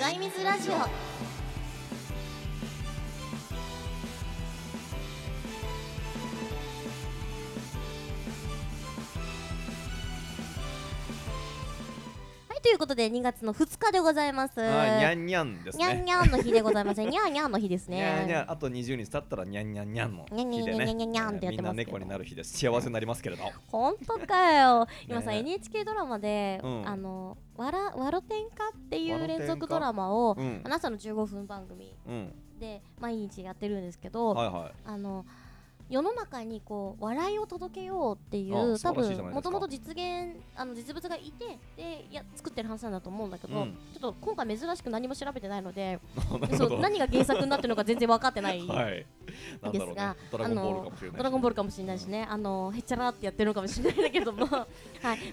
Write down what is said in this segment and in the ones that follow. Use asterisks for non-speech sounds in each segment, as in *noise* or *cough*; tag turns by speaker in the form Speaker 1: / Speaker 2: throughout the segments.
Speaker 1: ラジオはいということで2月の2日でございます
Speaker 2: あにゃんにゃんです
Speaker 1: にゃん
Speaker 2: ね。
Speaker 1: にゃんの日でございます
Speaker 2: *laughs*
Speaker 1: ね。にゃんにゃんの日ですね。
Speaker 2: にゃんにゃんあと20日経ったらにゃんにゃんにゃんの日で
Speaker 1: にゃ
Speaker 2: ね。
Speaker 1: んにゃんにゃんにゃんにゃんってやってますけど
Speaker 2: みんな猫になる日です。幸せになりますけれど。
Speaker 1: 本当かよ。今さ、
Speaker 2: ねえ
Speaker 1: NHK ドラマで、
Speaker 2: うん
Speaker 1: あのわらわろてんかってい
Speaker 2: わ
Speaker 1: う
Speaker 2: ろてんか
Speaker 1: 連続ドラマを、
Speaker 2: うん
Speaker 1: あの朝の15分番組
Speaker 2: うん。
Speaker 1: で毎日やってるんですけど、
Speaker 2: はいはい。
Speaker 1: あの世の中にこう笑いを届けようってい
Speaker 2: あ
Speaker 1: う
Speaker 2: 素
Speaker 1: 多
Speaker 2: 晴らしい
Speaker 1: 分
Speaker 2: じゃないですか
Speaker 1: もともと実現あの実物がいてでや作ってる話なんだと思うんだけど、
Speaker 2: うん
Speaker 1: ちょっと今回珍しく何も調べてないの
Speaker 2: *laughs*
Speaker 1: で
Speaker 2: なる
Speaker 1: そ
Speaker 2: ほ
Speaker 1: う
Speaker 2: ど。
Speaker 1: 何が原作になってるのか全然分かってない。
Speaker 2: *laughs* はい。なんだろうね。ドラゴンボールかもしれないし。
Speaker 1: ドラゴンボールかもしれないしね、あのへっちゃらってやってるのかもしれないんだけど
Speaker 2: *laughs*
Speaker 1: も、はい、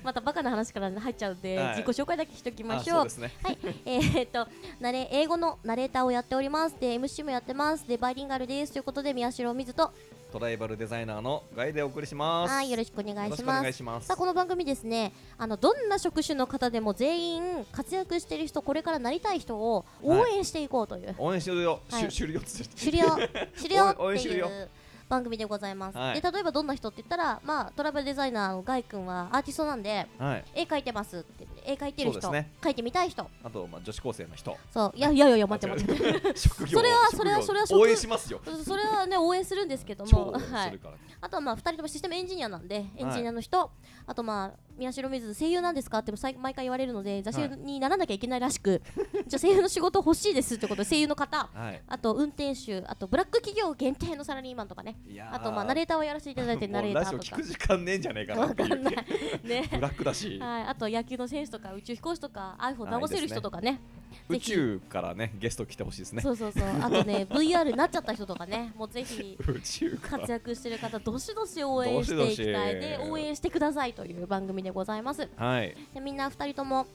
Speaker 1: またバカな話から入っちゃうので、
Speaker 2: はい
Speaker 1: 自己紹介だけしときまし
Speaker 2: あ
Speaker 1: ょ
Speaker 2: そう
Speaker 1: う
Speaker 2: で。すね。
Speaker 1: はい、えー、っと、ナレ、英語のナレーターをやっております。で、MC もやってます。で、バイリンガルです。ということで、宮代水と、
Speaker 2: トライバルデザイナーのガイでお送りします。
Speaker 1: はい、よろしくお
Speaker 2: よ
Speaker 1: 願い
Speaker 2: ろ
Speaker 1: し
Speaker 2: しくお願
Speaker 1: ま
Speaker 2: い
Speaker 1: す。
Speaker 2: します
Speaker 1: さあ。この番組ですねあのどんな職種の方でも全員活躍している人これからなりたい人を応援していこうという、
Speaker 2: 応援しろよ。
Speaker 1: はい
Speaker 2: しゅ終了っ *laughs* つって。
Speaker 1: 知るよ
Speaker 2: *laughs*
Speaker 1: 知るよ
Speaker 2: 応援
Speaker 1: っ
Speaker 2: しててる
Speaker 1: い
Speaker 2: よ
Speaker 1: う番組でございます、
Speaker 2: はい
Speaker 1: で例えばどんな人って言ったら、まあ、トラベルデザイナーのガイ君はアーティストなんで
Speaker 2: はい。
Speaker 1: 絵描いてますって絵描いてる人、
Speaker 2: そうですね
Speaker 1: 描いてみたい人
Speaker 2: あとまあ女子高生の人。
Speaker 1: そういやいやいやいや待って
Speaker 2: あ
Speaker 1: 待って
Speaker 2: 違
Speaker 1: *laughs*
Speaker 2: う職業。
Speaker 1: それはそれは
Speaker 2: 職業
Speaker 1: それは職
Speaker 2: 応援しますよ。
Speaker 1: *laughs* それはね応援するんですけど
Speaker 2: 超
Speaker 1: も
Speaker 2: 応援
Speaker 1: は
Speaker 2: す
Speaker 1: い
Speaker 2: る、から。
Speaker 1: あとはまあ2人ともシステムエンジニアなんでエンジニアの人、あとまあ宮代水声優なんですかってさい毎回言われるので雑誌
Speaker 2: はい
Speaker 1: にならなきゃいけないらしく、 *laughs* じゃあ声優の仕事欲しいですってことで声優の方
Speaker 2: はい。
Speaker 1: あと運転手あとブラック企業限定のサラリーマンとかね
Speaker 2: いやー
Speaker 1: あとまあナレーターをやらせていただいてるナレータ
Speaker 2: *laughs*
Speaker 1: ー
Speaker 2: もうラ
Speaker 1: と
Speaker 2: ジオ
Speaker 1: か
Speaker 2: 聞く時間ねえんじゃねえか
Speaker 1: *laughs*
Speaker 2: な
Speaker 1: わ
Speaker 2: って
Speaker 1: か
Speaker 2: い
Speaker 1: ん
Speaker 2: う
Speaker 1: ないね
Speaker 2: *laughs* ブラックだし
Speaker 1: はい *laughs* あと野球の選手とか宇宙飛行士とか iPhone 直せる人とかね
Speaker 2: 宇
Speaker 1: ぜひ
Speaker 2: 宙からねゲスト来てほしいですね
Speaker 1: そうそうそうあと
Speaker 2: *laughs*
Speaker 1: ね VR になっちゃった人とかねもうぜひ
Speaker 2: 宇宙から
Speaker 1: 活躍してる方どしどし応援していきたい
Speaker 2: どしど
Speaker 1: で
Speaker 2: し
Speaker 1: 応援してくださいという番組でございます
Speaker 2: はい
Speaker 1: でみんな2人とも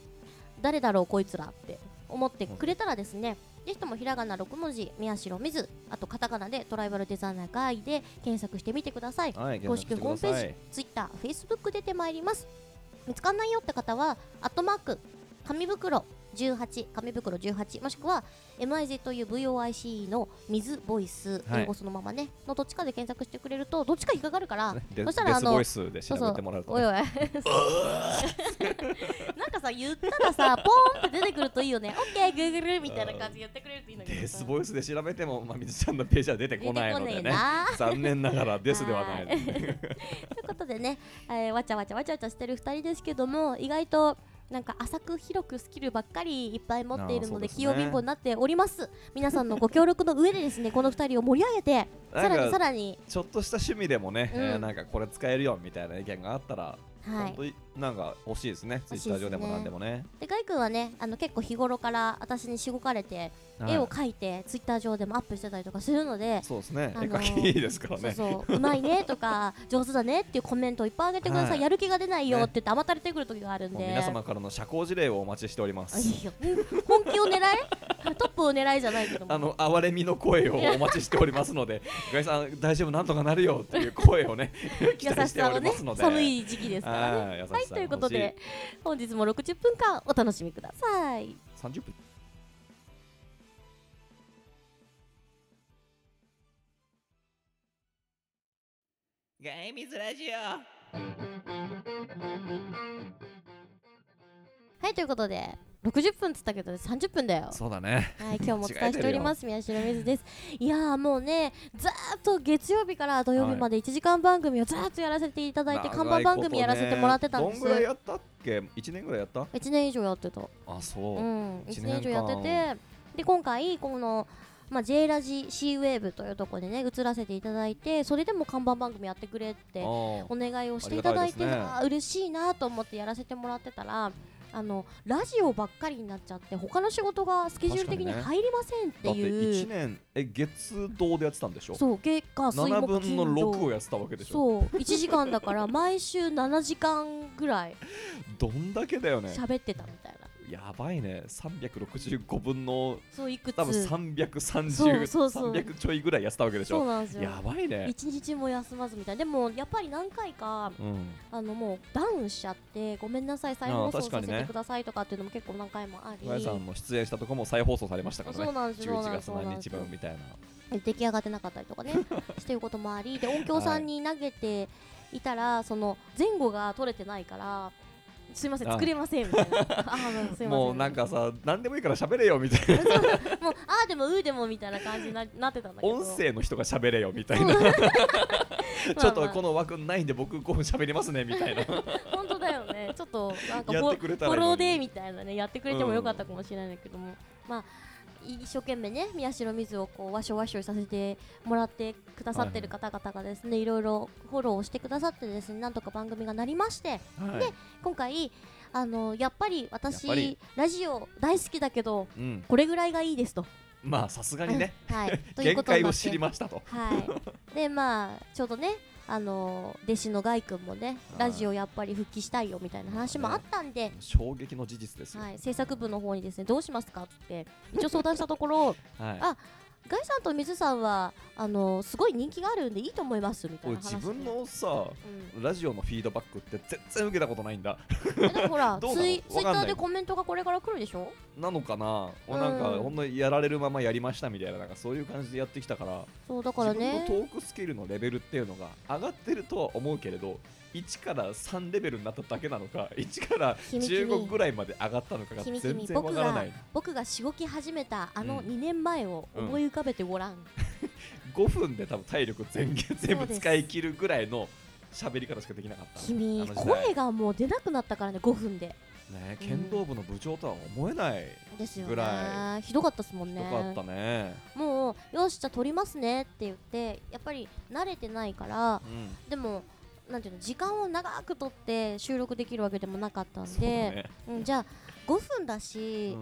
Speaker 1: 誰だろうこいつらって思ってくれたらですねぜひともひらがな6文字宮代水あとカタカナでトライバルデザイナー会で検索してみてください
Speaker 2: はい
Speaker 1: 公式ホームページ、ツイッター、フェイスブック出てまいります。見つかんないよって方は、アットマーク、紙袋18、紙袋18、もしくは MIZUVOICE の水ボイス、
Speaker 2: はい
Speaker 1: 英語そのままね、のどっちかで検索してくれると、どっちか引っかかるから、そ
Speaker 2: でデ
Speaker 1: したらあ
Speaker 2: スボ
Speaker 1: の
Speaker 2: イ、スで調
Speaker 1: そうそ
Speaker 2: べ
Speaker 1: う
Speaker 2: てもらう、と
Speaker 1: おい
Speaker 2: ね
Speaker 1: おい、 *laughs* なんかさ、言ったらさ、ポーンって出てくるといいよね、オッケー、グーグルみたいな感じで言ってくれるといいんだけど
Speaker 2: デ
Speaker 1: さ
Speaker 2: スボイスで調べてもまみずちゃんのページは出てこないの
Speaker 1: 出て
Speaker 2: で
Speaker 1: こねえ
Speaker 2: ね
Speaker 1: な
Speaker 2: *laughs* 残念ながらデスでは
Speaker 1: *laughs*
Speaker 2: *laughs* な
Speaker 1: は
Speaker 2: い
Speaker 1: ということでね、えーわちゃわちゃわちゃわちゃしてる2人ですけども意外となんか浅く広くスキルばっかりいっぱい持っているので
Speaker 2: あーそうですね
Speaker 1: 器用貧乏になっております皆さんのご協力の上で
Speaker 2: *laughs*
Speaker 1: ですねこの2人を盛り上げてさら
Speaker 2: な
Speaker 1: に
Speaker 2: ん
Speaker 1: さ
Speaker 2: から
Speaker 1: に
Speaker 2: ちょっとした趣味でもね、
Speaker 1: うん
Speaker 2: えーなんかこれ使えるよみたいな意見があったら、
Speaker 1: は
Speaker 2: 本
Speaker 1: い
Speaker 2: 当になんか欲しいですねツ
Speaker 1: 欲
Speaker 2: イ
Speaker 1: しいで
Speaker 2: ッタ
Speaker 1: すね
Speaker 2: ー上でもなんでもね
Speaker 1: でガイ君はねあの結構日頃から私にしごかれて、絵を
Speaker 2: はい
Speaker 1: 描いてツイッター上でもアップしてたりとかするので
Speaker 2: そうですね、
Speaker 1: あのー
Speaker 2: 絵描きいいですから
Speaker 1: そう
Speaker 2: ね
Speaker 1: そううまい
Speaker 2: *laughs*
Speaker 1: ねとか上手だねっていうコメントをいっぱいあげてください、
Speaker 2: はい
Speaker 1: やる気が出ないよっ
Speaker 2: ね
Speaker 1: て言って余たれてくる時があるん
Speaker 2: もう
Speaker 1: で
Speaker 2: 皆様からの社交辞令をお待ちしておりま
Speaker 1: あい
Speaker 2: す
Speaker 1: いよ *laughs* 本気を狙え *laughs* トップを狙いじゃないけども
Speaker 2: あの哀れみの声をお待ちしております
Speaker 1: *laughs*
Speaker 2: ので、ガイさん大丈夫なんとかなるよっていう声をね期
Speaker 1: 優
Speaker 2: 待
Speaker 1: し
Speaker 2: してお
Speaker 1: さを
Speaker 2: り
Speaker 1: ね
Speaker 2: ますので、
Speaker 1: 寒い時期ですからね。
Speaker 2: はい優しさ
Speaker 1: はいということで本日も60分間お楽しみください。
Speaker 2: 三十分
Speaker 3: ガイミズラジオ
Speaker 1: はいということで60分っつったけど30分だよ。
Speaker 2: そうだね
Speaker 1: はい今日もお伝えしております宮代水です。いやーもうねずーっと月曜日から土曜日まで1時間番組をずーっとやらせていただいて、看板番組やらせてもらってたんです
Speaker 2: 長いことねどんぐらい。やったっけ一年ぐらいやった
Speaker 1: 1年以上やってた。
Speaker 2: あそう、
Speaker 1: うん、
Speaker 2: 一
Speaker 1: 1
Speaker 2: 年
Speaker 1: 年以上やっててで今回この、まあ、J ラジ C ウェーブというところでね移らせていただいてそれでも看板番組やってくれってお
Speaker 2: あー
Speaker 1: 願いをしていただいて
Speaker 2: ありがたいですね
Speaker 1: あー嬉しいなと思ってやらせてもらってたらあのラジオばっかりになっちゃって他の仕事がスケジュール的に
Speaker 2: 確か
Speaker 1: 入りませんって
Speaker 2: だって
Speaker 1: い
Speaker 2: 一
Speaker 1: う。
Speaker 2: 年え月堂でやってたんでしょ
Speaker 1: そう月火水
Speaker 2: 七
Speaker 1: 木
Speaker 2: 分の
Speaker 1: 金
Speaker 2: 六を
Speaker 1: 土
Speaker 2: やってたわけでしょ
Speaker 1: そう1時間だから毎週7時間ぐらい
Speaker 2: どんだけだよね
Speaker 1: 喋ってたみたいな
Speaker 2: やばいね365分の
Speaker 1: そういくつ
Speaker 2: 多分
Speaker 1: そう
Speaker 2: 330
Speaker 1: そうそう
Speaker 2: 300ちょいぐらいやってたわけでし
Speaker 1: そう
Speaker 2: ょ
Speaker 1: なんですよ
Speaker 2: やばいね、
Speaker 1: 一日も休まずみたいなでもやっぱり何回か
Speaker 2: うん、
Speaker 1: あのもうダウンしちゃってごめんなさい再放送させてくださいとかっていうのも結構何回もあり、
Speaker 2: ガイさんも出演したとこも再放送されましたから
Speaker 1: そう
Speaker 2: ね
Speaker 1: なんですよそう
Speaker 2: 11
Speaker 1: なんです
Speaker 2: 月
Speaker 1: そうなん
Speaker 2: 何
Speaker 1: です
Speaker 2: 日分みたいな
Speaker 1: で出来上がってなかったりとか
Speaker 2: *laughs*
Speaker 1: ねしていうこともありで音響さんに投げていたら、その前後が取れてないからすいません
Speaker 2: あ
Speaker 1: 作れませんみたい
Speaker 2: *laughs*
Speaker 1: なあーすいません
Speaker 2: もうなんかさ何でもいいから喋れよみたいな
Speaker 1: もうあーでもうーでもみたいな感じにななってたんだけど
Speaker 2: 音声の人が喋れよみたいなちょっとこの枠ないんで僕5分喋りますねみたいな
Speaker 1: 本当だよねちょっとなんか
Speaker 2: や
Speaker 1: フ
Speaker 2: っ
Speaker 1: ォ
Speaker 2: てくれたら
Speaker 1: フォ
Speaker 2: いいのに
Speaker 1: ローデーみたいなねやってくれてもよかったかもしれないけども、まあ一生懸命ね宮代水をこうわしょわしょさせてもらってくださってる方々がですね、いろいろフォローをしてくださってですねなんとか番組がなりまして
Speaker 2: はい
Speaker 1: 今回あのやっぱり私
Speaker 2: やっぱり
Speaker 1: ラジオ大好きだけど
Speaker 2: うん、
Speaker 1: これぐらいがいいですと。
Speaker 2: まあさすがにね
Speaker 1: *laughs*
Speaker 2: *laughs*
Speaker 1: はい、という
Speaker 2: 限
Speaker 1: ことに
Speaker 2: 界
Speaker 1: な
Speaker 2: を
Speaker 1: っ
Speaker 2: 知
Speaker 1: て
Speaker 2: りましたと
Speaker 1: はい、でまあちょうどねあの弟子のガイ君もね
Speaker 2: はい
Speaker 1: ラジオやっぱり復帰したいよみたいな話もあったんで、
Speaker 2: 衝撃の事実ですよ
Speaker 1: はい、制作部の方にですねどうしますかって一応相談したところ *laughs*
Speaker 2: はい
Speaker 1: あガイさんと水さんはあのすごい人気があるんでいいと思いますみたい
Speaker 2: 俺
Speaker 1: な話で
Speaker 2: 自分のさ
Speaker 1: う
Speaker 2: ラジオのフィードバックって全然受けたことないんだ *laughs*
Speaker 1: ん、えでもほら
Speaker 2: どうなの
Speaker 1: ツイツイ
Speaker 2: わ
Speaker 1: ッ
Speaker 2: か
Speaker 1: タ
Speaker 2: んない
Speaker 1: ーでコメントがこれから来るでしょ
Speaker 2: なのかな、俺なんか
Speaker 1: うん
Speaker 2: ほんのやられるままやりましたみたいななんかそういう感じでやってきたから
Speaker 1: そうだからね
Speaker 2: 自分のトークスキルのレベルっていうのが上がってるとは思うけれど1から3レベルになっただけな
Speaker 1: *laughs*
Speaker 2: のか1から
Speaker 1: 君君
Speaker 2: 15ぐらいまで上がったのかが
Speaker 1: 君
Speaker 2: 全
Speaker 1: 君
Speaker 2: 然わからない
Speaker 1: 僕がしごき始めたあの
Speaker 2: うん
Speaker 1: 2年前を思い浮かべてごらん、
Speaker 2: 5分で多分体力全部全
Speaker 1: そう
Speaker 2: 部
Speaker 1: です
Speaker 2: 使い切るぐらいの喋り方しかできなかったあ
Speaker 1: 君
Speaker 2: の時代
Speaker 1: 声がもう出なくなったからね5分で
Speaker 2: ね剣道部の部長とは思えない、
Speaker 1: ですよ
Speaker 2: ぐら
Speaker 1: ねひどかったですもんね
Speaker 2: よかったね、
Speaker 1: もうよしじゃあ撮りますねって言ってやっぱり慣れてないから
Speaker 2: うん、
Speaker 1: でもなんていうの時間を長く取って収録できるわけでもなかったん
Speaker 2: そうだ
Speaker 1: で
Speaker 2: ね、
Speaker 1: うん、じゃあ5分だ
Speaker 2: う
Speaker 1: し、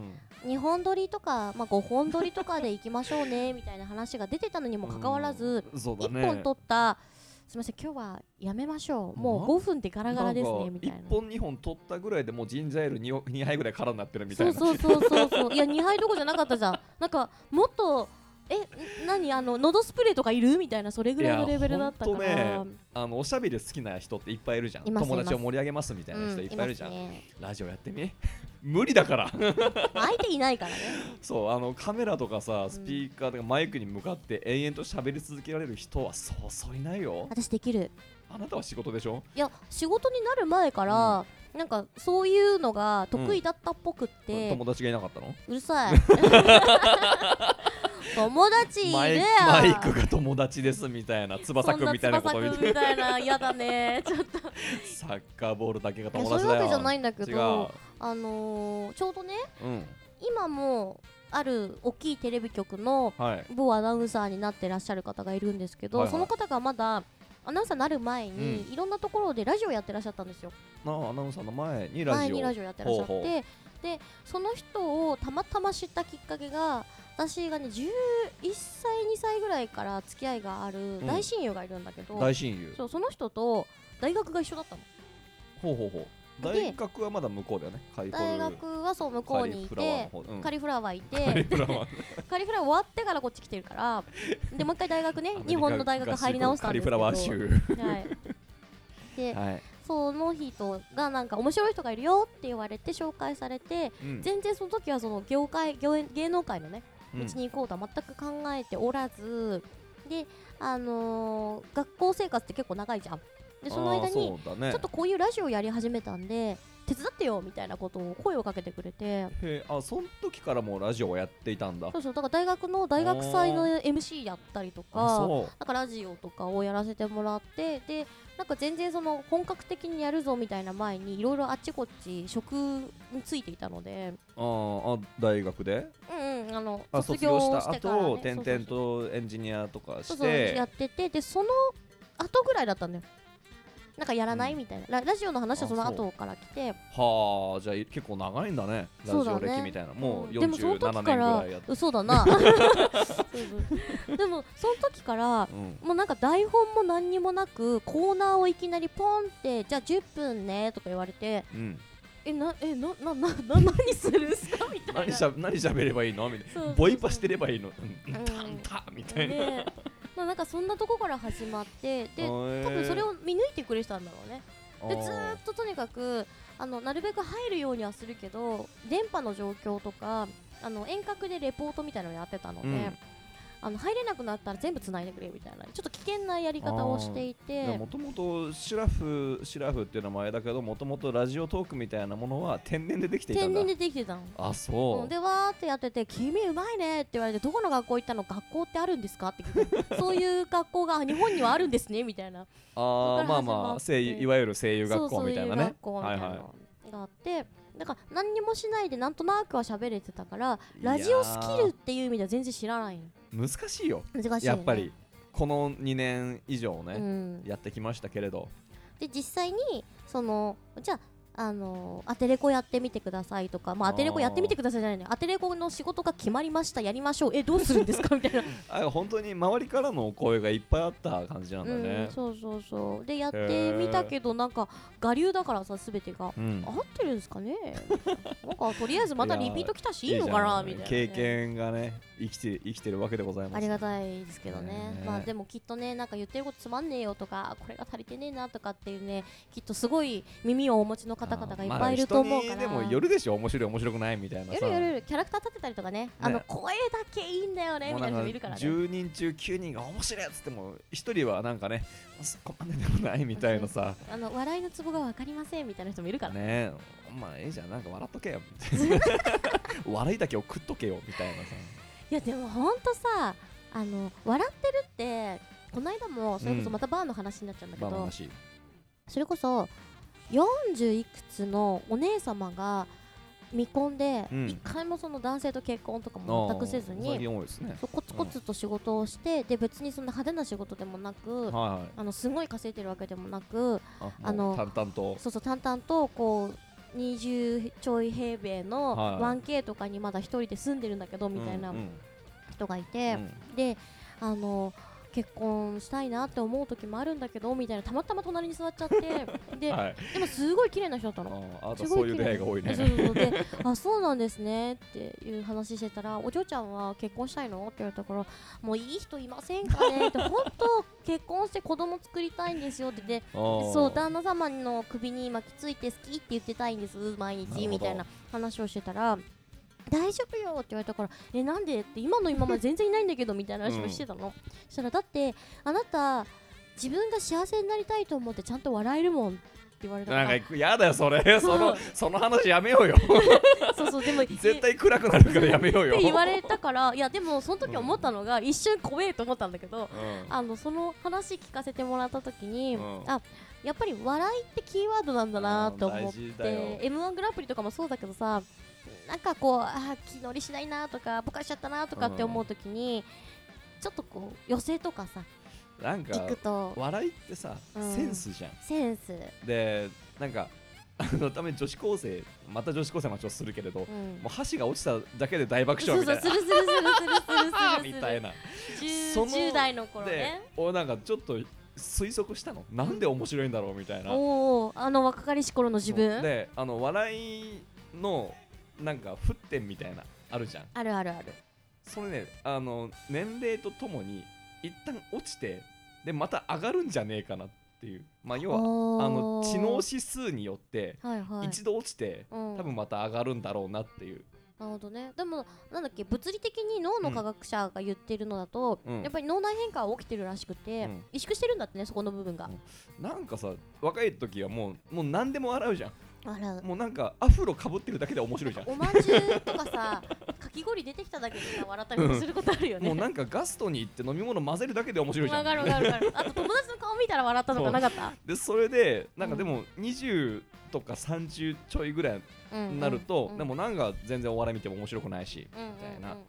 Speaker 2: ん
Speaker 1: 2本撮りとか、まあ、5本撮りとかで行きましょうねみたいな話が出てたのにもかかわらず、
Speaker 2: うんそうだね
Speaker 1: 1本撮ったすみません今日はやめましょうも
Speaker 2: な
Speaker 1: う5分でガラガラです
Speaker 2: な
Speaker 1: ね
Speaker 2: んか
Speaker 1: みたいな
Speaker 2: 1本2本取ったぐらいでもうジンジャーエール 2, 2杯ぐらい空になってるみたい
Speaker 1: そ
Speaker 2: な
Speaker 1: うそうそうそうそういや2杯どころじゃなかったじゃんなんかもっとえ何あの喉スプレーとかいるみたいなそれぐらいのレベルだったから
Speaker 2: いやほんとねあのおしゃべり好きな人っていっぱいいるじゃん
Speaker 1: います
Speaker 2: 友達を盛り上げますみたいな
Speaker 1: う
Speaker 2: 人
Speaker 1: ん
Speaker 2: いっぱいいるじゃん、
Speaker 1: ますね
Speaker 2: ラジオやってみ *laughs* 無理だから
Speaker 1: 相手いないからね
Speaker 2: そうあのカメラとかさスピーカーとかマイクに向かって延々と喋り続けられる人はそうそういないよ
Speaker 1: 私できる
Speaker 2: あなたは仕事でしょ
Speaker 1: いや仕事になる前から、なんかそういうのが得意だったっぽくって、う
Speaker 2: 友達がいなかったの
Speaker 1: るさい *laughs* 友達い
Speaker 2: マ
Speaker 1: る
Speaker 2: イ
Speaker 1: や
Speaker 2: マイクが友達ですみたいな翼くんみたいなこと
Speaker 1: そん
Speaker 2: み
Speaker 1: な翼
Speaker 2: たい
Speaker 1: くんみたいな嫌だ *laughs* ねちょっと
Speaker 2: サッカーボールだけが
Speaker 1: いや
Speaker 2: 友
Speaker 1: そうい
Speaker 2: 達
Speaker 1: う
Speaker 2: だ
Speaker 1: わ
Speaker 2: よ
Speaker 1: けじゃないんだけ
Speaker 2: 違
Speaker 1: どあのー、ちょうどね
Speaker 2: ううん
Speaker 1: 今もある大きいテレビ局の
Speaker 2: はい
Speaker 1: 某アナウンサーになってらっしゃる方がいるんですけど、
Speaker 2: はいはい
Speaker 1: その方がまだアナウンサーになる前に、いろんなところでラジオやってらっしゃったんですよ
Speaker 2: なあアナウンサーの前にラ
Speaker 1: 前
Speaker 2: ジオ
Speaker 1: にラジオやってらっしゃって
Speaker 2: ほうほう
Speaker 1: でその人をたまたま知ったきっかけが私がね11歳2歳ぐらいから付き合いがある
Speaker 2: うん
Speaker 1: 大親友がいるんだけど、
Speaker 2: 大親友
Speaker 1: そうその人と大学が一緒だったの
Speaker 2: ほうほうほう
Speaker 1: で
Speaker 2: 大学はまだ向こうだよねカリフォ
Speaker 1: 大
Speaker 2: ル
Speaker 1: 学はそう向こうにいてカ
Speaker 2: リ
Speaker 1: リフラワーい
Speaker 2: フラワーの方
Speaker 1: て
Speaker 2: うんカリフラワー
Speaker 1: カリフラワー終わってからこっち来てるからでもう一回大学ね
Speaker 2: アメリカ
Speaker 1: 日本の大学入り直したんですけど
Speaker 2: カリフラワー
Speaker 1: はい、で
Speaker 2: 州はい
Speaker 1: その人がなんか面白い人がいるよって言われて紹介されて
Speaker 2: うん
Speaker 1: 全然その時はその業界業芸能界のね
Speaker 2: うん
Speaker 1: 道に行こうとは全く考えておらずであのー学校生活って結構長いじゃんでその間
Speaker 2: あー
Speaker 1: に
Speaker 2: そうだね
Speaker 1: ちょっとこういうラジオやり始めたんで手伝ってよみたいなことを声をかけてくれて
Speaker 2: へーあその時からもうラジオをやっていたんだ
Speaker 1: そうそうだから大学の大学祭の MC やったりと
Speaker 2: あ
Speaker 1: か
Speaker 2: そ
Speaker 1: なんかラジオとかをやらせてもらってでなんか全然その本格的にやるぞみたいな前にいろいろあっちこっち職についていたので
Speaker 2: うあーあ大学で
Speaker 1: うんうんあの
Speaker 2: あ卒業した
Speaker 1: してから
Speaker 2: 後
Speaker 1: ね
Speaker 2: 転々とエンジニアとか
Speaker 1: そう
Speaker 2: し
Speaker 1: そうや
Speaker 2: て
Speaker 1: っててでその後ぐらいだったんだよなんかやらない、
Speaker 2: うん
Speaker 1: みたいなララジオの話はその
Speaker 2: あそう
Speaker 1: 後から来て
Speaker 2: はあじゃあ結構長いんだねラジ
Speaker 1: そ
Speaker 2: オ
Speaker 1: うだね
Speaker 2: 歴みたいなもうん47
Speaker 1: でも
Speaker 2: 年
Speaker 1: その
Speaker 2: ぐ
Speaker 1: 時
Speaker 2: ら
Speaker 1: から
Speaker 2: いやって
Speaker 1: 嘘だ
Speaker 2: *laughs*
Speaker 1: なうんでもその時から
Speaker 2: うん
Speaker 1: もうなんか台本も何にもなくコーナーをいきなりポンってじゃあ10分ねとか言われて
Speaker 2: うん
Speaker 1: えなえなな *laughs* なな何するんすかみたいな
Speaker 2: 何しゃ何しゃべればいいのみたい
Speaker 1: そうそうそ
Speaker 2: な
Speaker 1: う
Speaker 2: ボイパしてればいいのうん
Speaker 1: うん
Speaker 2: タンタンみたいな、
Speaker 1: でまあなんかそんなとこから始まってで多分それを見抜いてくれてたんだろうねでずーっととにかくあのなるべく入るようにはするけど電波の状況とかあの遠隔でレポートみたいなのやってたので、
Speaker 2: うん
Speaker 1: あの入れなくなったら全部繋いでくれみたいなちょっと危険なやり方をしていて
Speaker 2: もともとシラフシラフっていうのもあれだけどもともとラジオトークみたいなものは天然でできていた
Speaker 1: 天
Speaker 2: んだ
Speaker 1: 然でできてたの。
Speaker 2: あそう
Speaker 1: うんでわーってやってて「君うまいね」って言われて「どこの学校行ったの学校ってあるんですか?」って聞
Speaker 2: *laughs*
Speaker 1: くそういう学校が日本にはあるんですねみたいな
Speaker 2: あ
Speaker 1: そ
Speaker 2: ー
Speaker 1: こ
Speaker 2: ま
Speaker 1: から始
Speaker 2: あ
Speaker 1: まって
Speaker 2: まあ声優いわゆる声優学
Speaker 1: そう
Speaker 2: 校
Speaker 1: そう
Speaker 2: みたいなね
Speaker 1: う学校みたいなのがあって、だから何にもしないでなんとなくは喋れてたからラジオスキルっていう意味では全然知らないの
Speaker 2: 難しいよ
Speaker 1: 難しい、ね、
Speaker 2: やっぱりこの2年以上
Speaker 1: う
Speaker 2: ね、
Speaker 1: ん、
Speaker 2: やってきましたけれど
Speaker 1: で実際にそのじゃああのアテレコやってみてくださいとか、まあ、アテレコやってみてくださいじゃないねアテレコの仕事が決まりましたやりましょうえどうするんですかみたいな
Speaker 2: あ本当に周りからのお声がいっぱいあった感じなんだ
Speaker 1: う
Speaker 2: ね
Speaker 1: ん、そうそうそうでやってみたけどなんか我流だからさ全てが
Speaker 2: うん、
Speaker 1: 合ってるんですかね *laughs* なんかとりあえずまたリピート来たしいいのかなみたいなね、
Speaker 2: 経験がね生きて生きてるわけでございます
Speaker 1: ありがたいですけどね
Speaker 2: ねえ
Speaker 1: まあでもきっとねなんか言ってることつまんねえよとかこれが足りてねえなとかっていうねきっとすごい耳をお持ちの方々がいっぱいいると思うから、
Speaker 2: まあ人にでもよるでしょ面白い面白くないみたいなさ
Speaker 1: 夜夜夜キャラクター立てたりとかねあの
Speaker 2: ね
Speaker 1: 声だけいいんだよね
Speaker 2: もう
Speaker 1: み
Speaker 2: な
Speaker 1: たいな人
Speaker 2: んか
Speaker 1: もいるからね
Speaker 2: 10人中9人が面白いっつっても1人はなんかねそこまででもないみたい
Speaker 1: *laughs*
Speaker 2: なさ
Speaker 1: あの笑いのツボが分かりませんみたいな人もいるからね
Speaker 2: ねえお前ええじゃんなんか笑っと
Speaker 1: *laughs*
Speaker 2: けよみたいな笑いだけを食っとけよみたいなさ
Speaker 1: いやでもほんとさあの笑ってるってこの間もそれこそまたバーの話になっちゃうんだけ
Speaker 2: まあ
Speaker 1: ど、
Speaker 2: まあ話
Speaker 1: それこそ40いくつのお姉様が未婚で
Speaker 2: うん
Speaker 1: 一回もその男性と結婚とかも全くせず
Speaker 2: 最
Speaker 1: に、
Speaker 2: 近多いですね
Speaker 1: そうコツコツと仕事をしてで別にそんな派手な仕事でもなく
Speaker 2: はいはい
Speaker 1: あのすごい稼いでるわけでもなく
Speaker 2: あもう
Speaker 1: あの
Speaker 2: 淡々と
Speaker 1: そうそう淡々とこう20ちょい平米の
Speaker 2: はい
Speaker 1: 1K とかにまだ一人で住んでるんだけどみたいな
Speaker 2: うんうん
Speaker 1: 人がいうて、
Speaker 2: ん
Speaker 1: であの結婚したいなって思う時もあるんだけどみたいなたまたま隣に座っちゃって
Speaker 2: *laughs*
Speaker 1: で、
Speaker 2: はい
Speaker 1: でもすごい綺麗な人だった
Speaker 2: あ
Speaker 1: の。
Speaker 2: ーあなた
Speaker 1: すご
Speaker 2: そう
Speaker 1: い
Speaker 2: いう
Speaker 1: 綺
Speaker 2: 出
Speaker 1: 麗
Speaker 2: 会いが多い
Speaker 1: あそう
Speaker 2: ね
Speaker 1: そうそうであそうなんですねっていう話してたらお嬢ちゃんは結婚したいのって言われたからもういい人いませんかねって本当結婚して子供作りたいんですよってでそう旦那様の首に巻きついて好きって言ってたいんです毎
Speaker 2: なるほ
Speaker 1: 日
Speaker 2: ど
Speaker 1: みたいな話をしてたら大丈夫よって言われたからえなんでって今の今まで全然いないんだけどみたいな話をしてたの、そしたらだってあなた自分が幸せになりたいと思ってちゃんと笑えるもんって言われたか
Speaker 2: な
Speaker 1: ら
Speaker 2: んかやだよそれそのその話やめようよ
Speaker 1: そうそうでも
Speaker 2: *laughs* 絶対暗くなるからやめよう
Speaker 1: っ
Speaker 2: よ
Speaker 1: て言われたからいやでもその時思ったのが、一瞬怖えと思ったんだけど
Speaker 2: うん
Speaker 1: あのその話聞かせてもらった時に、
Speaker 2: うん
Speaker 1: あやっぱり笑いってキーワードなんだなと思っ
Speaker 2: うん大事だよ
Speaker 1: て m 1グランプリとかもそうだけどさなんかこうあー気乗りしないなとかぼかしちゃったなとかって思う時に、ちょっとこう寄せとかさ
Speaker 2: なん
Speaker 1: 聞
Speaker 2: か
Speaker 1: くと
Speaker 2: 笑いってさ
Speaker 1: うん
Speaker 2: センスじゃん
Speaker 1: センス、
Speaker 2: でなんかあのために女子高生また女子高生の話をするけれど、
Speaker 1: う
Speaker 2: も
Speaker 1: ん
Speaker 2: う、箸が落ちただけで大爆
Speaker 1: そう
Speaker 2: 笑み
Speaker 1: そ
Speaker 2: た
Speaker 1: う
Speaker 2: い
Speaker 1: す
Speaker 2: な
Speaker 1: るするするする
Speaker 2: *laughs* あ
Speaker 1: するするする
Speaker 2: ーみたいな、
Speaker 1: 10,
Speaker 2: その
Speaker 1: 10代の頃
Speaker 2: で
Speaker 1: ね
Speaker 2: 俺なんかちょっと推測したのなんで面白いんだろうみたいな
Speaker 1: おおあの若かりし頃の自分
Speaker 2: であの笑いのなんか沸点みたいなあるじゃん
Speaker 1: あるあるある
Speaker 2: それねあの年齢とともに一旦落ちてでまた上がるんじゃねえかなっていうまあ要はあの知能指数によって
Speaker 1: はいはい
Speaker 2: 一度落ちて、
Speaker 1: うん
Speaker 2: 多分また上がるんだろうなっていう
Speaker 1: なるほどねでもなんだっけ物理的に脳の科学者が言ってるのだと、
Speaker 2: うん
Speaker 1: やっぱり脳内変化は起きてるらしくて、
Speaker 2: うん
Speaker 1: 萎縮してるんだってねそこの部分が、
Speaker 2: なんかさ若い時はもうもう何でも洗うじゃん
Speaker 1: あら
Speaker 2: もうなんかアフロかぶってるだけで面白いじゃん
Speaker 1: おまんじゅうとかさかき氷出てきただけでさ笑ったりとかすることあるよね、
Speaker 2: もうなんかガストに行って飲み物混ぜるだけで面白いじゃ
Speaker 1: わ
Speaker 2: ん
Speaker 1: かるわかるわかるあと友達の顔見たら笑ったとかなかった
Speaker 2: でそれでなんかでも20とか30ちょいぐらいになると、でもなんか全然お笑い見ても面白くないし、
Speaker 1: み
Speaker 2: みたい
Speaker 1: う
Speaker 2: な
Speaker 1: んうんうんうん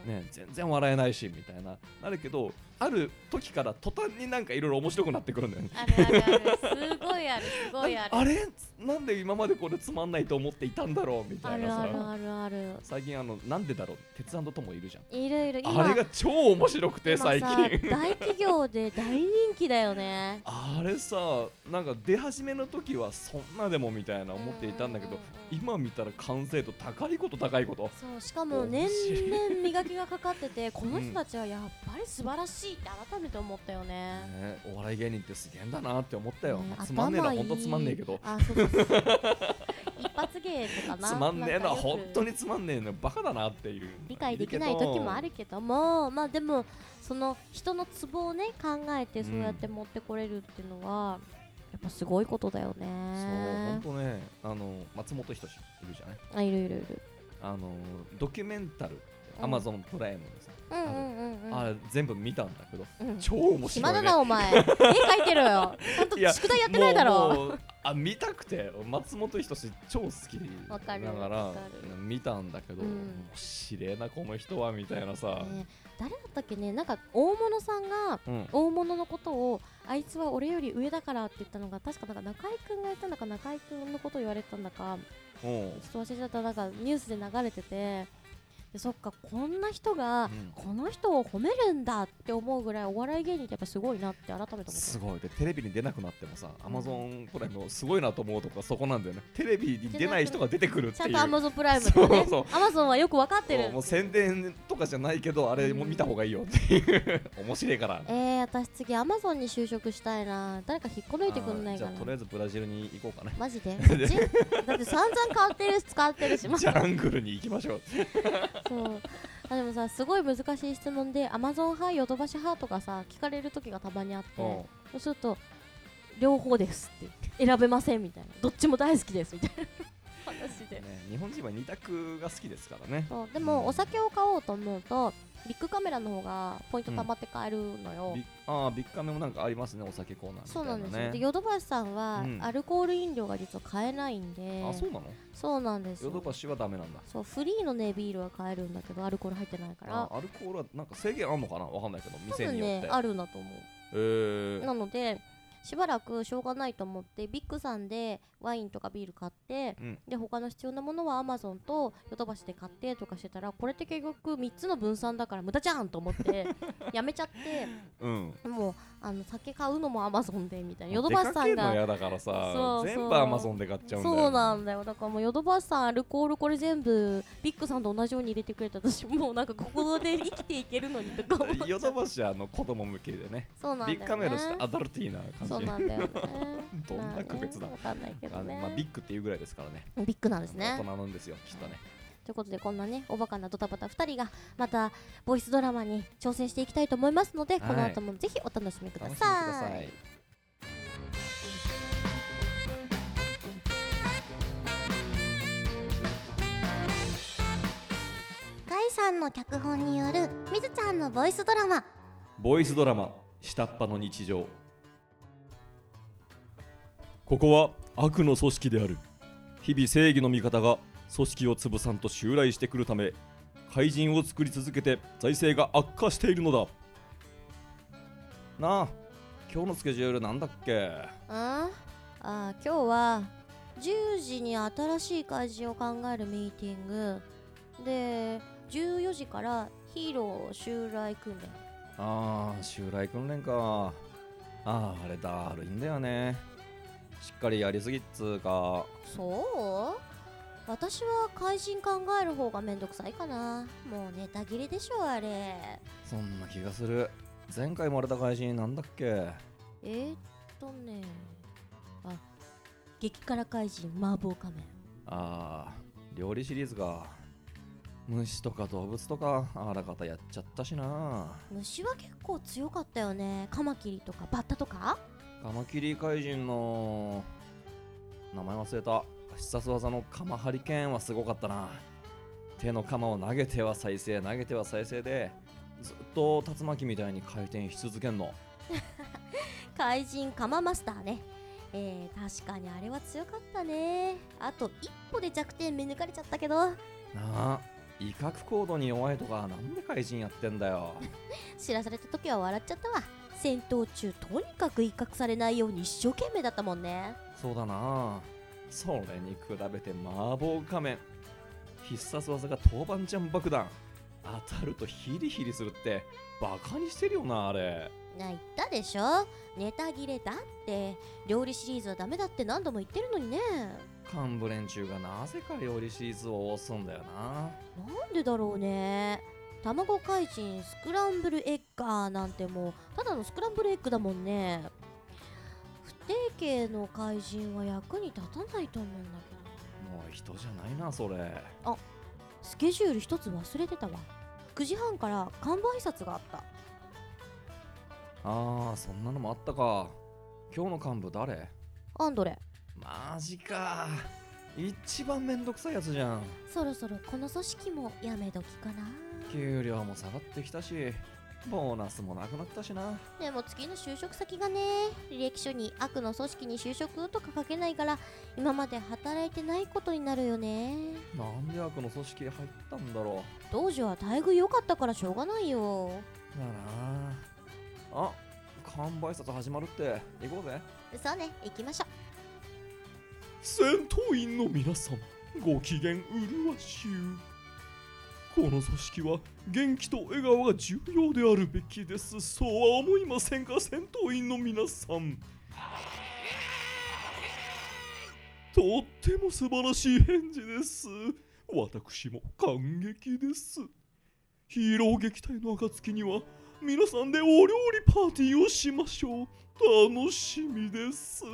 Speaker 2: ね、全然笑えないしみたいななるけどある時から途端になんかいろいろ面白くなってくるんだよね。
Speaker 1: あるあるあるすごいあるすごい
Speaker 2: *laughs*
Speaker 1: ある
Speaker 2: あれなんで今までこれつまんないと思っていたんだろうみた
Speaker 1: あ
Speaker 2: い
Speaker 1: る
Speaker 2: な
Speaker 1: ある
Speaker 2: さ
Speaker 1: あるある
Speaker 2: 最近あのなんでだろう鉄腕ともいるじゃん
Speaker 1: いろいろ今
Speaker 2: あれが超面白くて
Speaker 1: 今さ
Speaker 2: 最近
Speaker 1: 大企業で大人気だよね
Speaker 2: あれさなんか出始めの時はそんなでもみたいな思っていたんだけ
Speaker 1: うん
Speaker 2: ど
Speaker 1: うんうん
Speaker 2: 今見たら完成度高いこと高いこと
Speaker 1: そうしかも
Speaker 2: 面
Speaker 1: 年
Speaker 2: 白い
Speaker 1: 々磨きがかかって
Speaker 2: *laughs*
Speaker 1: てこの人たちはやっぱり素晴らしいって改めて思ったよね、
Speaker 2: ねお笑い芸人ってすげえんだなって思ったよ、
Speaker 1: ね
Speaker 2: つまんねえな
Speaker 1: 頭いい
Speaker 2: ほんとつまんねえけど
Speaker 1: あそうそうそう一発芸とかな
Speaker 2: つまんねえな
Speaker 1: かよく
Speaker 2: 本当につまんねえなバカだなっていう
Speaker 1: 理解できない時もあるけどもまあでもその人のツボをね考えてそうやって持ってこれるっていうのは、やっぱすごいことだよ
Speaker 2: そうほん
Speaker 1: ね
Speaker 2: とねあの松本人志いるじゃない
Speaker 1: あいるいるいる
Speaker 2: あのドキュメンタル
Speaker 1: うん
Speaker 2: アマゾンプライムのさ、
Speaker 1: うんうんうんうん
Speaker 2: あれ全部見たんだけど
Speaker 1: うん
Speaker 2: 超面白
Speaker 1: 暇
Speaker 2: い、ね、
Speaker 1: だなお前絵描いてろよちゃんと
Speaker 2: いや
Speaker 1: 宿題やってないだろ
Speaker 2: もうもうあ見たくて松本人志超好きだ
Speaker 1: わかる
Speaker 2: から
Speaker 1: わかる
Speaker 2: 見たんだけど、
Speaker 1: うん
Speaker 2: 面白いなこの人はみたいなさ、
Speaker 1: ね誰だったっけねなんか大物さんが
Speaker 2: うん
Speaker 1: 大物のことをあいつは俺より上だからって言ったのが確かなんか中居君が言ったんだか中居君のことを言われてたんだか
Speaker 2: うんうん
Speaker 1: ちょっと忘れちゃったなんかニュースで流れててでそっかこんな人が、この人を褒めるんだって思うぐらいお笑い芸人ってやっぱすごいなって改めて思った
Speaker 2: すごいでテレビに出なくなってもさアマゾンプライムすごいなと思うとこはそこなんだよねテレビに出ない人が出てくるって
Speaker 1: ちゃ
Speaker 2: い
Speaker 1: ん
Speaker 2: う
Speaker 1: とアマゾンプライムとかね
Speaker 2: そう
Speaker 1: アマゾンはよく分かって
Speaker 2: そうも
Speaker 1: る
Speaker 2: う宣伝とかじゃないけどあれも見た方がいいよって
Speaker 1: *laughs*
Speaker 2: いう面白いから
Speaker 1: えー、私次アマゾンに就職したいな誰か引っこ抜いてくんない
Speaker 2: あーじゃ
Speaker 1: か
Speaker 2: あ
Speaker 1: な
Speaker 2: とりあえずブラジルに行こうかな
Speaker 1: マジ
Speaker 2: *laughs*
Speaker 1: でそっちだって散々買ってるし使ってるしまあ
Speaker 2: ジャングルに行きましょう
Speaker 1: そうあでもさすごい難しい質問でアマゾン派ヨドバシ派とかさ聞かれる時がたまにあって
Speaker 2: うん
Speaker 1: そうすると両方ですって選べませんみたいなどっちも大好きですみたいな話で
Speaker 2: ね、日本人は二択が好きですからね
Speaker 1: そうでもお酒を買おうと思うとビッグカメラの方がポイント
Speaker 2: うん
Speaker 1: 貯まって買えるのよ、
Speaker 2: ビああビッグカメもなんかありますねお酒コーナーみたいな、ね、
Speaker 1: そうなんですよでヨドバシさんは
Speaker 2: うん
Speaker 1: アルコール飲料が実は買えないんで、
Speaker 2: あそうなの
Speaker 1: そうなんです
Speaker 2: ヨド
Speaker 1: よ
Speaker 2: バシはダメなんだ
Speaker 1: そうフリーのねビールは買えるんだけどアルコール入ってないから
Speaker 2: あアルコールはなんか制限あんのかなわかんないけど
Speaker 1: 多
Speaker 2: 店
Speaker 1: 分
Speaker 2: によって、
Speaker 1: ねあるんだと思
Speaker 2: え
Speaker 1: う
Speaker 2: ー、
Speaker 1: なのでしばらくしょうがないと思ってビッグさんでワインとかビール買って、
Speaker 2: うん
Speaker 1: で他の必要なものはアマゾンとヨドバシで買ってとかしてたらこれって結局3つの分散だから無駄じゃんと思って
Speaker 2: *laughs*
Speaker 1: やめちゃって
Speaker 2: うん
Speaker 1: もうあの酒買うのもアマゾンでみたいなヨ
Speaker 2: ヨ
Speaker 1: ド
Speaker 2: ド
Speaker 1: バ
Speaker 2: バ
Speaker 1: シ
Speaker 2: シ
Speaker 1: さ
Speaker 2: さ
Speaker 1: ん
Speaker 2: んが
Speaker 1: が
Speaker 2: 嫌だからさ
Speaker 1: そうそう
Speaker 2: 全部アマゾンで買っちゃうんだよ、ね、
Speaker 1: そうなんだよだからもうヨドバシさんアルコールこれ全部ビッグさんと同じように入れてくれた私もうなんかここで生きていけるのにとか思っちゃう
Speaker 2: *laughs* ヨドバシはあの子供向けでね
Speaker 1: そうなんだ
Speaker 2: ビ
Speaker 1: よ、ね、
Speaker 2: ッグカメラとしてアダルティーな感じ。
Speaker 1: そうなんだよね
Speaker 2: *laughs* どんな区別だ
Speaker 1: まあねわかんないけ
Speaker 2: あ
Speaker 1: ど
Speaker 2: の
Speaker 1: ね。
Speaker 2: まあ、ビッグっていうぐらいですからね
Speaker 1: ビッグなんです
Speaker 2: あ
Speaker 1: ね
Speaker 2: の。大人なんですよきっとね
Speaker 1: ということでこんなねおバカなドタバタ2人がまたボイスドラマに挑戦していきたいと思いますので、
Speaker 2: はい
Speaker 1: この後もぜひお楽しみくだ
Speaker 2: 楽しみくだ
Speaker 1: さ
Speaker 2: さ
Speaker 1: い
Speaker 2: い。
Speaker 1: ガイさんの脚本によるみずちゃんのボイスドラマ
Speaker 2: ボイスドラマ「下っ端の日常」ここは悪の組織である日々正義の味方が組織を潰さんと襲来してくるため怪人を作り続けて財政が悪化しているのだなあ今日のスケジュールなんだっけ
Speaker 1: ああ今日は10時に新しい怪人を考えるミーティングで14時からヒーロー襲来訓練
Speaker 2: ああ襲来訓練かあああれだるいんだよねしっかりやりすぎっつうか
Speaker 1: そう私は怪人考える方がめんどくさいかなもうネタ切れでしょあれ
Speaker 2: そんな気がする前回生まれた怪人なんだっけ
Speaker 1: えー、っとねあ激辛怪人麻婆仮面
Speaker 2: ああ料理シリーズか虫とか動物とかあらかたやっちゃったしな
Speaker 1: 虫は結構強かったよねカマキリとかバッタとか
Speaker 2: カマキリ怪人の名前忘れた必殺技のカマハリケーンはすごかったな手の鎌を投げては再生投げては再生でずっと竜巻みたいに回転し続けんの
Speaker 1: 怪人カママスターねえー、確かにあれは強かったねあと一歩で弱点見抜かれちゃったけど
Speaker 2: なあ威嚇行動に弱いとかなんで怪人やってんだよ
Speaker 1: 知らされた時は笑っちゃったわ戦闘中とにかく威嚇されないように一生懸命だったもんね
Speaker 2: そうだなそれに比べて麻婆仮面必殺技が豆板醤爆弾当たるとヒリヒリするってバカにしてるよなあれ
Speaker 1: な言ったでしょネタ切れだって料理シリーズはダメだって何度も言ってるのにね
Speaker 2: 幹部連中がなぜか料理シリーズを押すんだよな
Speaker 1: なんでだろうね卵怪人スクランブルエッガーなんてもうただのスクランブルエッグだもんね不定形の怪人は役に立たないと思うんだけど
Speaker 2: もう人じゃないなそれ
Speaker 1: スケジュール一つ忘れてたわ9時半から看板挨拶があった
Speaker 2: ああそんなのもあったか今日の幹部誰
Speaker 1: アンドレ
Speaker 2: マジか一番めんどくさいやつじゃん
Speaker 1: そろそろこの組織もやめ時かな
Speaker 2: 給料も下がってきたしボーナスもなくなったしな
Speaker 1: でも次の就職先がね履歴書に悪の組織に就職とか書けないから今まで働いてないことになるよね
Speaker 2: なんで悪の組織入ったんだろ
Speaker 1: 当時は待遇良かったからしょうがないよ
Speaker 2: うだなあ完売拶始まるって行こうぜ
Speaker 1: そうね行きましょ
Speaker 2: 戦闘員の皆さんご機嫌うるわしゅうこの組織は元気と笑顔が重要であるべきですそうは思いませんか戦闘員の皆さんとっても素晴らしい返事です私も感激ですヒーロー撃退の暁には皆さんでお料理パーティーをしましょう楽しみです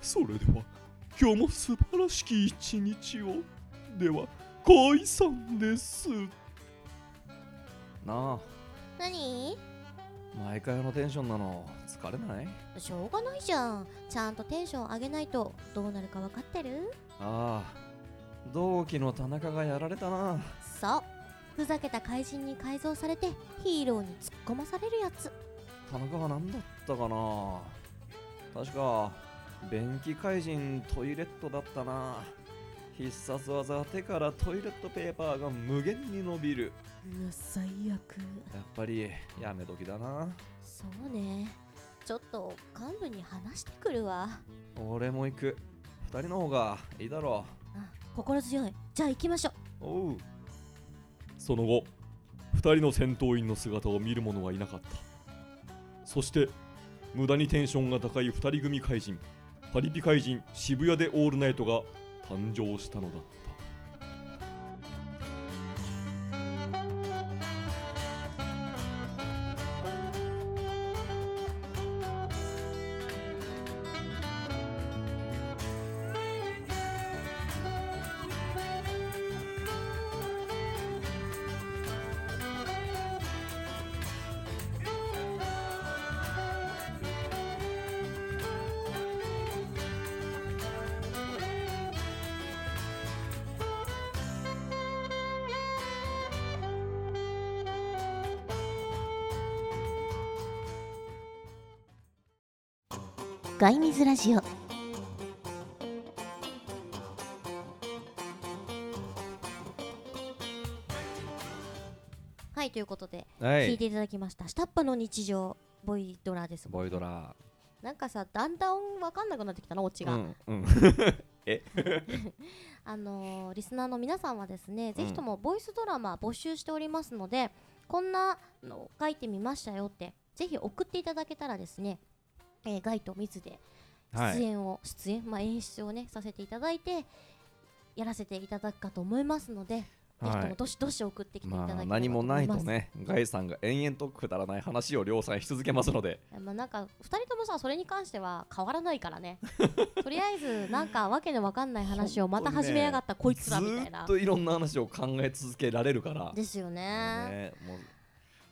Speaker 2: それでは今日も素晴らしき一日をでは解散ですなあ
Speaker 1: う何
Speaker 2: 毎回のテンションなの疲れない
Speaker 1: しょうがないじゃんちゃんとテンション上げないとどうなるか分かってる
Speaker 2: ああ同期の田中がやられたな
Speaker 1: そうふざけた怪人に改造されてヒーローに突っ込まされるやつ
Speaker 2: 田中は何だったかな確か便器怪人トイレットだったな必殺技手からトイレットペーパーが無限に伸びる
Speaker 1: うわ最悪
Speaker 2: やっぱりやめ時だな
Speaker 1: そうねちょっと幹部に話してくるわ
Speaker 2: 俺も行く二人の方がいいだろ
Speaker 1: あ心強いじゃあ行きましょう
Speaker 2: うおうその後二人の戦闘員の姿を見る者はいなかったそして無駄にテンションが高い二人組怪人パリピ怪人渋谷でオールナイトが誕生したのだった
Speaker 1: ガイミズラジオはいということで、
Speaker 2: は
Speaker 1: 聞いていただきました下っ端の日常ボイドラです
Speaker 2: ボイドラ
Speaker 1: なんかさだんだん分かんなくなってきたなオチが、
Speaker 2: んうん
Speaker 1: あのーリスナーの皆さんはですね、ぜ
Speaker 2: う
Speaker 1: ひ
Speaker 2: ん
Speaker 1: ともボイスドラマ募集しておりますのでこんなの書いてみましたよってぜひ送っていただけたらですね、えー、ガイとミズで
Speaker 2: は
Speaker 1: 出
Speaker 2: い
Speaker 1: 演を、出演、まあ、演出をねさせていただいてやらせていただくかと思いますので、ぜひと
Speaker 2: は
Speaker 1: も
Speaker 2: い
Speaker 1: どしどし送ってきていただけ
Speaker 2: ま
Speaker 1: れば
Speaker 2: あ
Speaker 1: と思います、
Speaker 2: 何もないとねガイさんが延々とくだらない話を量産し続けますので
Speaker 1: まあなんか2人ともさそれに関しては変わらないからね *laughs* とりあえずなんかわけのわかんない話をまた始めやがったこいつらみたい
Speaker 2: ずー
Speaker 1: な
Speaker 2: っといろんな話を考え続けられるから
Speaker 1: ですよね
Speaker 2: ねもう
Speaker 1: ま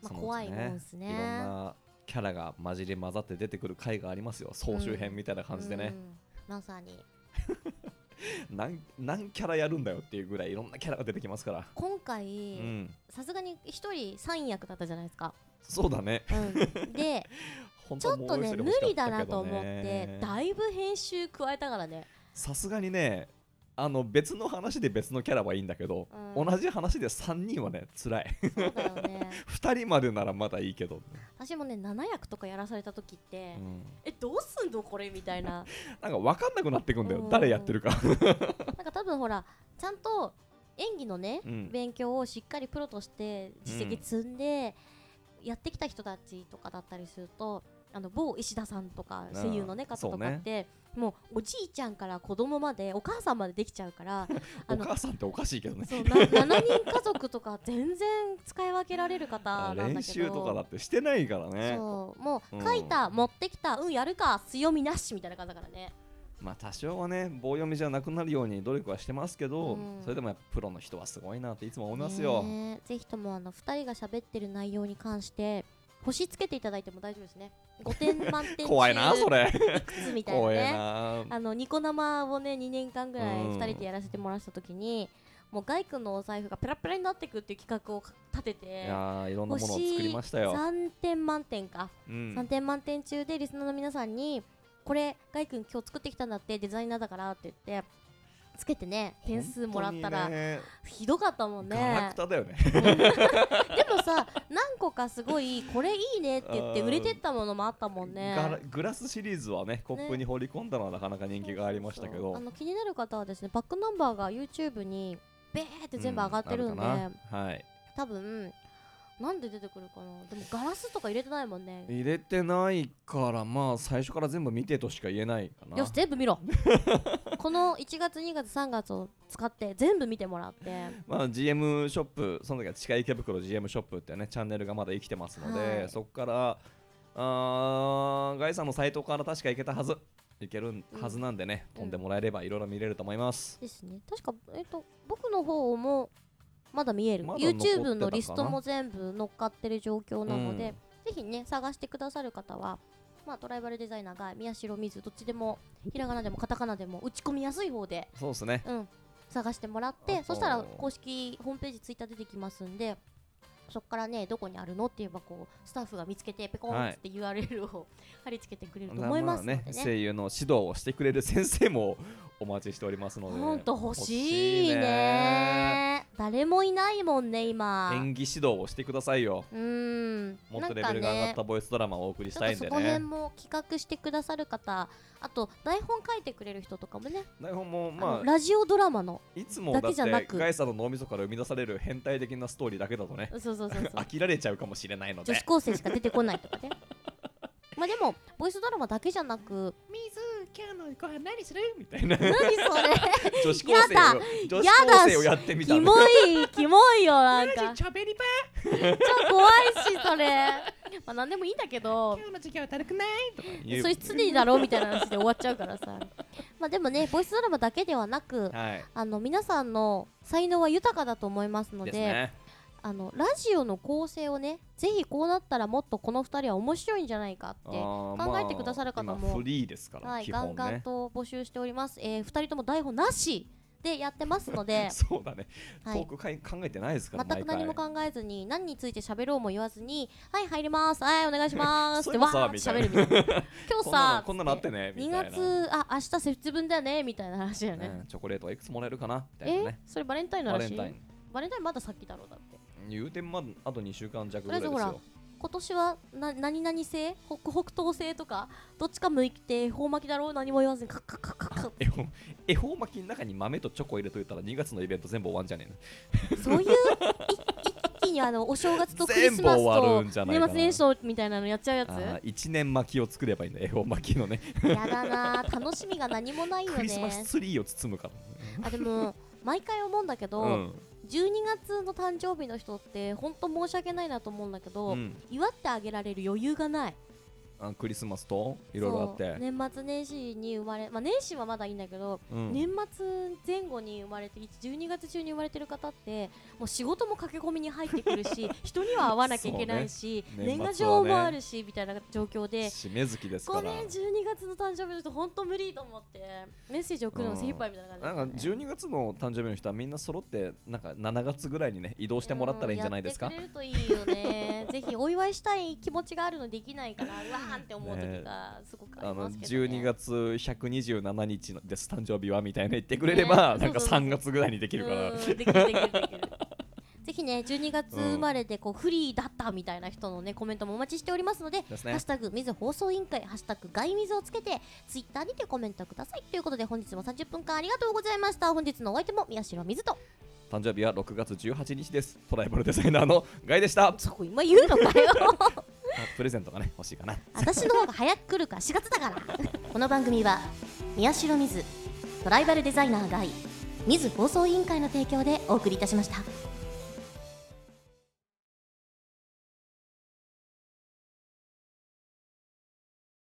Speaker 1: あ
Speaker 2: そのうち
Speaker 1: 怖いもんっすね
Speaker 2: いろんなキャラが混じり混ざって出てくる回がありますよ総集編みたいな感じでね
Speaker 1: う、んまさに
Speaker 2: なん、何キャラやるんだよっていうぐらいいろんなキャラが出てきますから、
Speaker 1: 今
Speaker 2: う
Speaker 1: 回
Speaker 2: ん、
Speaker 1: さすがに一人三役だったじゃない
Speaker 2: *laughs*
Speaker 1: ですか、
Speaker 2: そうだね
Speaker 1: うん、で
Speaker 2: 本
Speaker 1: ち
Speaker 2: 当
Speaker 1: ょ
Speaker 2: は
Speaker 1: っ
Speaker 2: もう
Speaker 1: と
Speaker 2: 一
Speaker 1: ね
Speaker 2: 人
Speaker 1: 無
Speaker 2: 欲しか
Speaker 1: 理だ
Speaker 2: たけ
Speaker 1: なと
Speaker 2: ど
Speaker 1: 思っ
Speaker 2: ね
Speaker 1: てだいぶ編集加えたからね
Speaker 4: さすがにねあの別の話で別のキャラはいいんだけど、
Speaker 1: うん
Speaker 4: 同じ話で3人はね辛い
Speaker 1: そうだよね
Speaker 4: 2人までならまだいいけど、
Speaker 1: 私もね7役とかやらされた時って、
Speaker 4: うん
Speaker 1: えどうすんのこれみたいな
Speaker 4: なんか分かんなくなってくんだ
Speaker 1: う
Speaker 4: よ
Speaker 1: ん
Speaker 4: 誰やってるか、
Speaker 1: なんか多分ほらちゃんと演技のね、
Speaker 4: うん
Speaker 1: 勉強をしっかりプロとして実績積んでやってきた人たちとかだったりするとあの某石田さんとか
Speaker 4: うん
Speaker 1: 声優の、ね、方とかって、もうおじいちゃんから子供までお母さんまでできちゃうからあ
Speaker 4: お
Speaker 1: の
Speaker 4: 母さんっておかしいけどね *laughs*
Speaker 1: そうな7人家族とか全然使い分けられる方なんだけど
Speaker 4: 練習とかだってしてないからね
Speaker 1: そうも
Speaker 4: う
Speaker 1: うん書いた、持ってきたうんやるか強みなしみたいな感じだからね
Speaker 4: まあ多少はね棒読みじゃなくなるように努力はしてますけど、
Speaker 1: うん
Speaker 4: それでもやっぱプロの人はすごいなっていつも思いますよ、
Speaker 1: ねえぜひともあの2人が喋ってる内容に関して星つけていただいても大丈夫ですね5点満点中
Speaker 4: 怖いなそれ
Speaker 1: いくつみ *laughs* たいな
Speaker 4: 怖
Speaker 1: ね
Speaker 4: えな
Speaker 1: あのニコ生をね2年間ぐらい
Speaker 4: うん
Speaker 1: 2人でやらせてもらった時に、もうガイ君のお財布がペラペラになってくっていう企画を立て
Speaker 4: い
Speaker 1: て
Speaker 4: やーいろんなものを作りましたよ、
Speaker 1: 3点満点か
Speaker 4: うん
Speaker 1: 3点満点中でリスナーの皆さんにこれガイ君今日作ってきたんだってデザイナーだからって言ってつけてね点数もらった
Speaker 4: 本
Speaker 1: ら
Speaker 4: 当にね
Speaker 1: ひどかったもん
Speaker 4: ガラ
Speaker 1: ね
Speaker 4: クタだよね
Speaker 1: でもさ何個かすごいこれいいねって言って
Speaker 4: あー
Speaker 1: 売れてったものもあったもん
Speaker 4: ガラ
Speaker 1: ね
Speaker 4: グラスシリーズはねコップに放り込んだのはなかなか人気がありましたけ
Speaker 1: そうそう
Speaker 4: ど
Speaker 1: そうあの気になる方はですねバックナンバーが YouTube にべーって全部上がってるんで、
Speaker 4: うあかなはい
Speaker 1: 多分なんで出てくるかなでもガラスとか入れてないもんね
Speaker 4: 入れてないからまあ最初から全部見てとしか言えないかな
Speaker 1: よし全部見ろ *laughs* この1月2月3月を使って全部見てもらって
Speaker 4: まあ GM ショップその時は地下池袋 GM ショップってねチャンネルがまだ生きてますので、
Speaker 1: はい
Speaker 4: そこからあーガイさんのサイトから確か行けたはず行けるんはずなんでね、
Speaker 1: うん
Speaker 4: 飛んでもらえればいろいろ見れると思います、
Speaker 1: ですね確か、えっと僕の方もまだ見える、
Speaker 4: まだ残ってたか
Speaker 1: YouTube
Speaker 4: な
Speaker 1: のリストも全部乗っかってる状況なので、ぜひね探してくださる方は、まあ、トライバルデザイナーが宮代水どっちでもひらがなでもカタカナでも打ち込みやすい方で、
Speaker 4: そうですね
Speaker 1: うん、探してもらっ
Speaker 4: あ
Speaker 1: て
Speaker 4: と
Speaker 1: そしたら公式ホームページツイッター出てきますんでそこからねどこにあるのって言えばこうスタッフが見つけてペコーンっつって URL を貼り付けてくれると思いますのでね
Speaker 4: まあね声優の指導をしてくれる先生もお待ちしておりますので
Speaker 1: ほんと欲しいね誰もいないもんね今
Speaker 4: 演技指導をしてくださいよ
Speaker 1: うーん
Speaker 4: もっとレベルが上がった
Speaker 1: なんかね
Speaker 4: ボイスドラマをお送りし
Speaker 1: ち
Speaker 4: た
Speaker 1: ょっ
Speaker 4: い
Speaker 1: と
Speaker 4: ん
Speaker 1: そ
Speaker 4: で
Speaker 1: こ辺
Speaker 4: ね
Speaker 1: も企画してくださる方あと台本書いてくれる人とかもね、
Speaker 4: 台本も
Speaker 1: あ
Speaker 4: ま
Speaker 1: の
Speaker 4: あ
Speaker 1: ラジオドラマの
Speaker 4: いつもだ
Speaker 1: だ
Speaker 4: っ
Speaker 1: けじゃな
Speaker 4: て
Speaker 1: く
Speaker 4: ガイさんの脳みそから生み出される変態的なストーリーだけだとね
Speaker 1: そうそうそうそう
Speaker 4: 飽きられちゃうかもしれないの
Speaker 1: 女子
Speaker 4: で
Speaker 1: 高生しか出てこないとか
Speaker 4: *laughs*
Speaker 1: ねまあでもボイスドラマだけじゃな
Speaker 4: *laughs*
Speaker 1: く
Speaker 5: 水、今日のご飯何する
Speaker 4: みたいな
Speaker 1: 何それ
Speaker 4: *laughs* 女子高生
Speaker 1: や
Speaker 4: を
Speaker 1: だ
Speaker 4: 女子
Speaker 1: やだ
Speaker 4: 高生をやってみた
Speaker 1: キ
Speaker 4: の
Speaker 1: モいキモいよなんか
Speaker 5: ちょべりば
Speaker 1: 超怖いしそれまあ何でもいいんだけど
Speaker 5: 今日の授業はだるくない
Speaker 4: 言う
Speaker 1: それ常にだろうみたいな話で終わっちゃうからさまあでもねボイスドラマだけではなく
Speaker 4: はい
Speaker 1: あの皆さんの才能は豊かだと思いますので
Speaker 4: ですね
Speaker 1: あのラジオの構成をねぜひこうなったらもっとこの2人は面白いんじゃないかって、
Speaker 4: 考
Speaker 1: 考えてくださる方も
Speaker 4: フリーですから
Speaker 1: はい、
Speaker 4: 基
Speaker 1: ガ
Speaker 4: 本
Speaker 1: ンガン
Speaker 4: ね
Speaker 1: と募集しております、えー、2人とも台本なしでやってますので、
Speaker 4: *laughs* そうだねト
Speaker 1: はい
Speaker 4: ー、ク会考えてないですから
Speaker 1: 全く何も
Speaker 4: 毎回
Speaker 1: 考えずに何について喋ろうも言わずに「はい入りますはいお願いします」
Speaker 4: *laughs* そ
Speaker 1: っ
Speaker 4: う
Speaker 1: て
Speaker 4: いえば
Speaker 1: わ
Speaker 4: さ
Speaker 1: ーって喋るみたい
Speaker 4: *laughs*
Speaker 1: な今日さ
Speaker 4: こんなのこんなのあって
Speaker 1: ね
Speaker 4: ね
Speaker 1: 2
Speaker 4: みたいな
Speaker 1: 月あ明日節分だよねみたいな話だよね、
Speaker 4: うんチョコレートはいくつもらえるかなみたい
Speaker 1: え
Speaker 4: なね
Speaker 1: それバレンタインの
Speaker 4: バレ
Speaker 1: 話
Speaker 4: ン
Speaker 1: バ
Speaker 4: タ
Speaker 1: レ
Speaker 4: イ
Speaker 1: ン
Speaker 4: ン
Speaker 1: タインまだ先だろうだって
Speaker 4: 言うてまあと2週間弱ぐらいです
Speaker 1: とりあえず
Speaker 4: よ
Speaker 1: 今年はな何々製北北東製とかどっちか向いて頬巻きだろう何も言わずにカッカッカッカッカ
Speaker 4: 恵方恵方巻きの中に豆とチョコ入れといたら2月のイベント全部終わんじゃね
Speaker 1: ッそういうい一気にあのお正月とクリ
Speaker 4: 全
Speaker 1: ス
Speaker 4: 部
Speaker 1: マス
Speaker 4: 終わ
Speaker 1: と
Speaker 4: るんじゃないかな
Speaker 1: 年末年始とみたいなのやっちゃう
Speaker 4: え
Speaker 1: や
Speaker 4: のあー一年巻きを作ればいいんだ恵方巻きのね
Speaker 1: つやだなー楽しみが何もないよ
Speaker 4: クリスマス
Speaker 1: ね
Speaker 4: ツリーを包むから
Speaker 1: あでも毎回思うんだけど、
Speaker 4: うん
Speaker 1: 12月の誕生日の人って本当申し訳ないなと思うんだけど、
Speaker 4: うん
Speaker 1: 祝ってあげられる余裕がない
Speaker 4: あクリスマスといろいろあっ
Speaker 1: そう
Speaker 4: て
Speaker 1: 年末年始に生まれまあ年始はまだいいんだけど
Speaker 4: うん
Speaker 1: 年末前後に生まれて12月中に生まれてる方ってもう仕事も駆け込みに入ってくる
Speaker 4: *laughs*
Speaker 1: し人には会わなきゃいけないし、
Speaker 4: そうね
Speaker 1: 年賀
Speaker 4: 年末は
Speaker 1: 状
Speaker 4: ね
Speaker 1: もあるしみたいな状況で。
Speaker 4: 締め好きです
Speaker 1: こ
Speaker 4: か
Speaker 1: れ
Speaker 4: ら
Speaker 1: 12月の誕生日の人本当無理と思ってメッセージ送るの精一杯みたいな
Speaker 4: な
Speaker 1: 感じ、
Speaker 4: んか12月の誕生日の人はみんな揃ってなんか7月ぐらいにね移動してもらったらいいんじゃないですか
Speaker 1: う
Speaker 4: *laughs*
Speaker 1: やってくれるといいよねぜひお祝いしたい気持ちがあるのできないからうわーンって思う時がすごくあ
Speaker 4: あ
Speaker 1: りま
Speaker 4: の
Speaker 1: すけど、ね
Speaker 4: 12月127日です誕生日はみたいな言ってくれれば、
Speaker 1: ね
Speaker 4: なん
Speaker 1: *laughs*
Speaker 4: か
Speaker 1: そうそうそう
Speaker 4: 3月ぐらいにできるから
Speaker 1: うんできるできるできる *laughs* ぜひね12月生まれでこうフリーだったみたいな人のねコメントもお待ちしておりますので
Speaker 4: ですね
Speaker 1: ハッシュタグ水放送委員会ハッシュタグ外水をつけてツイッターにてコメントくださいということで本日も30分間ありがとうございました本日のお相手も宮代水と
Speaker 4: 誕生日は6月18日です *laughs* トライバルデザイナーのガイ
Speaker 1: *laughs*
Speaker 4: でしたあ
Speaker 1: そこ今言うのかよ *laughs*
Speaker 4: プレゼントがね欲しいかな
Speaker 1: 私の方が早く来るから4月だからこの番組は宮代水トライバルデザイナー外水放送委員会の提供でお送りいたしました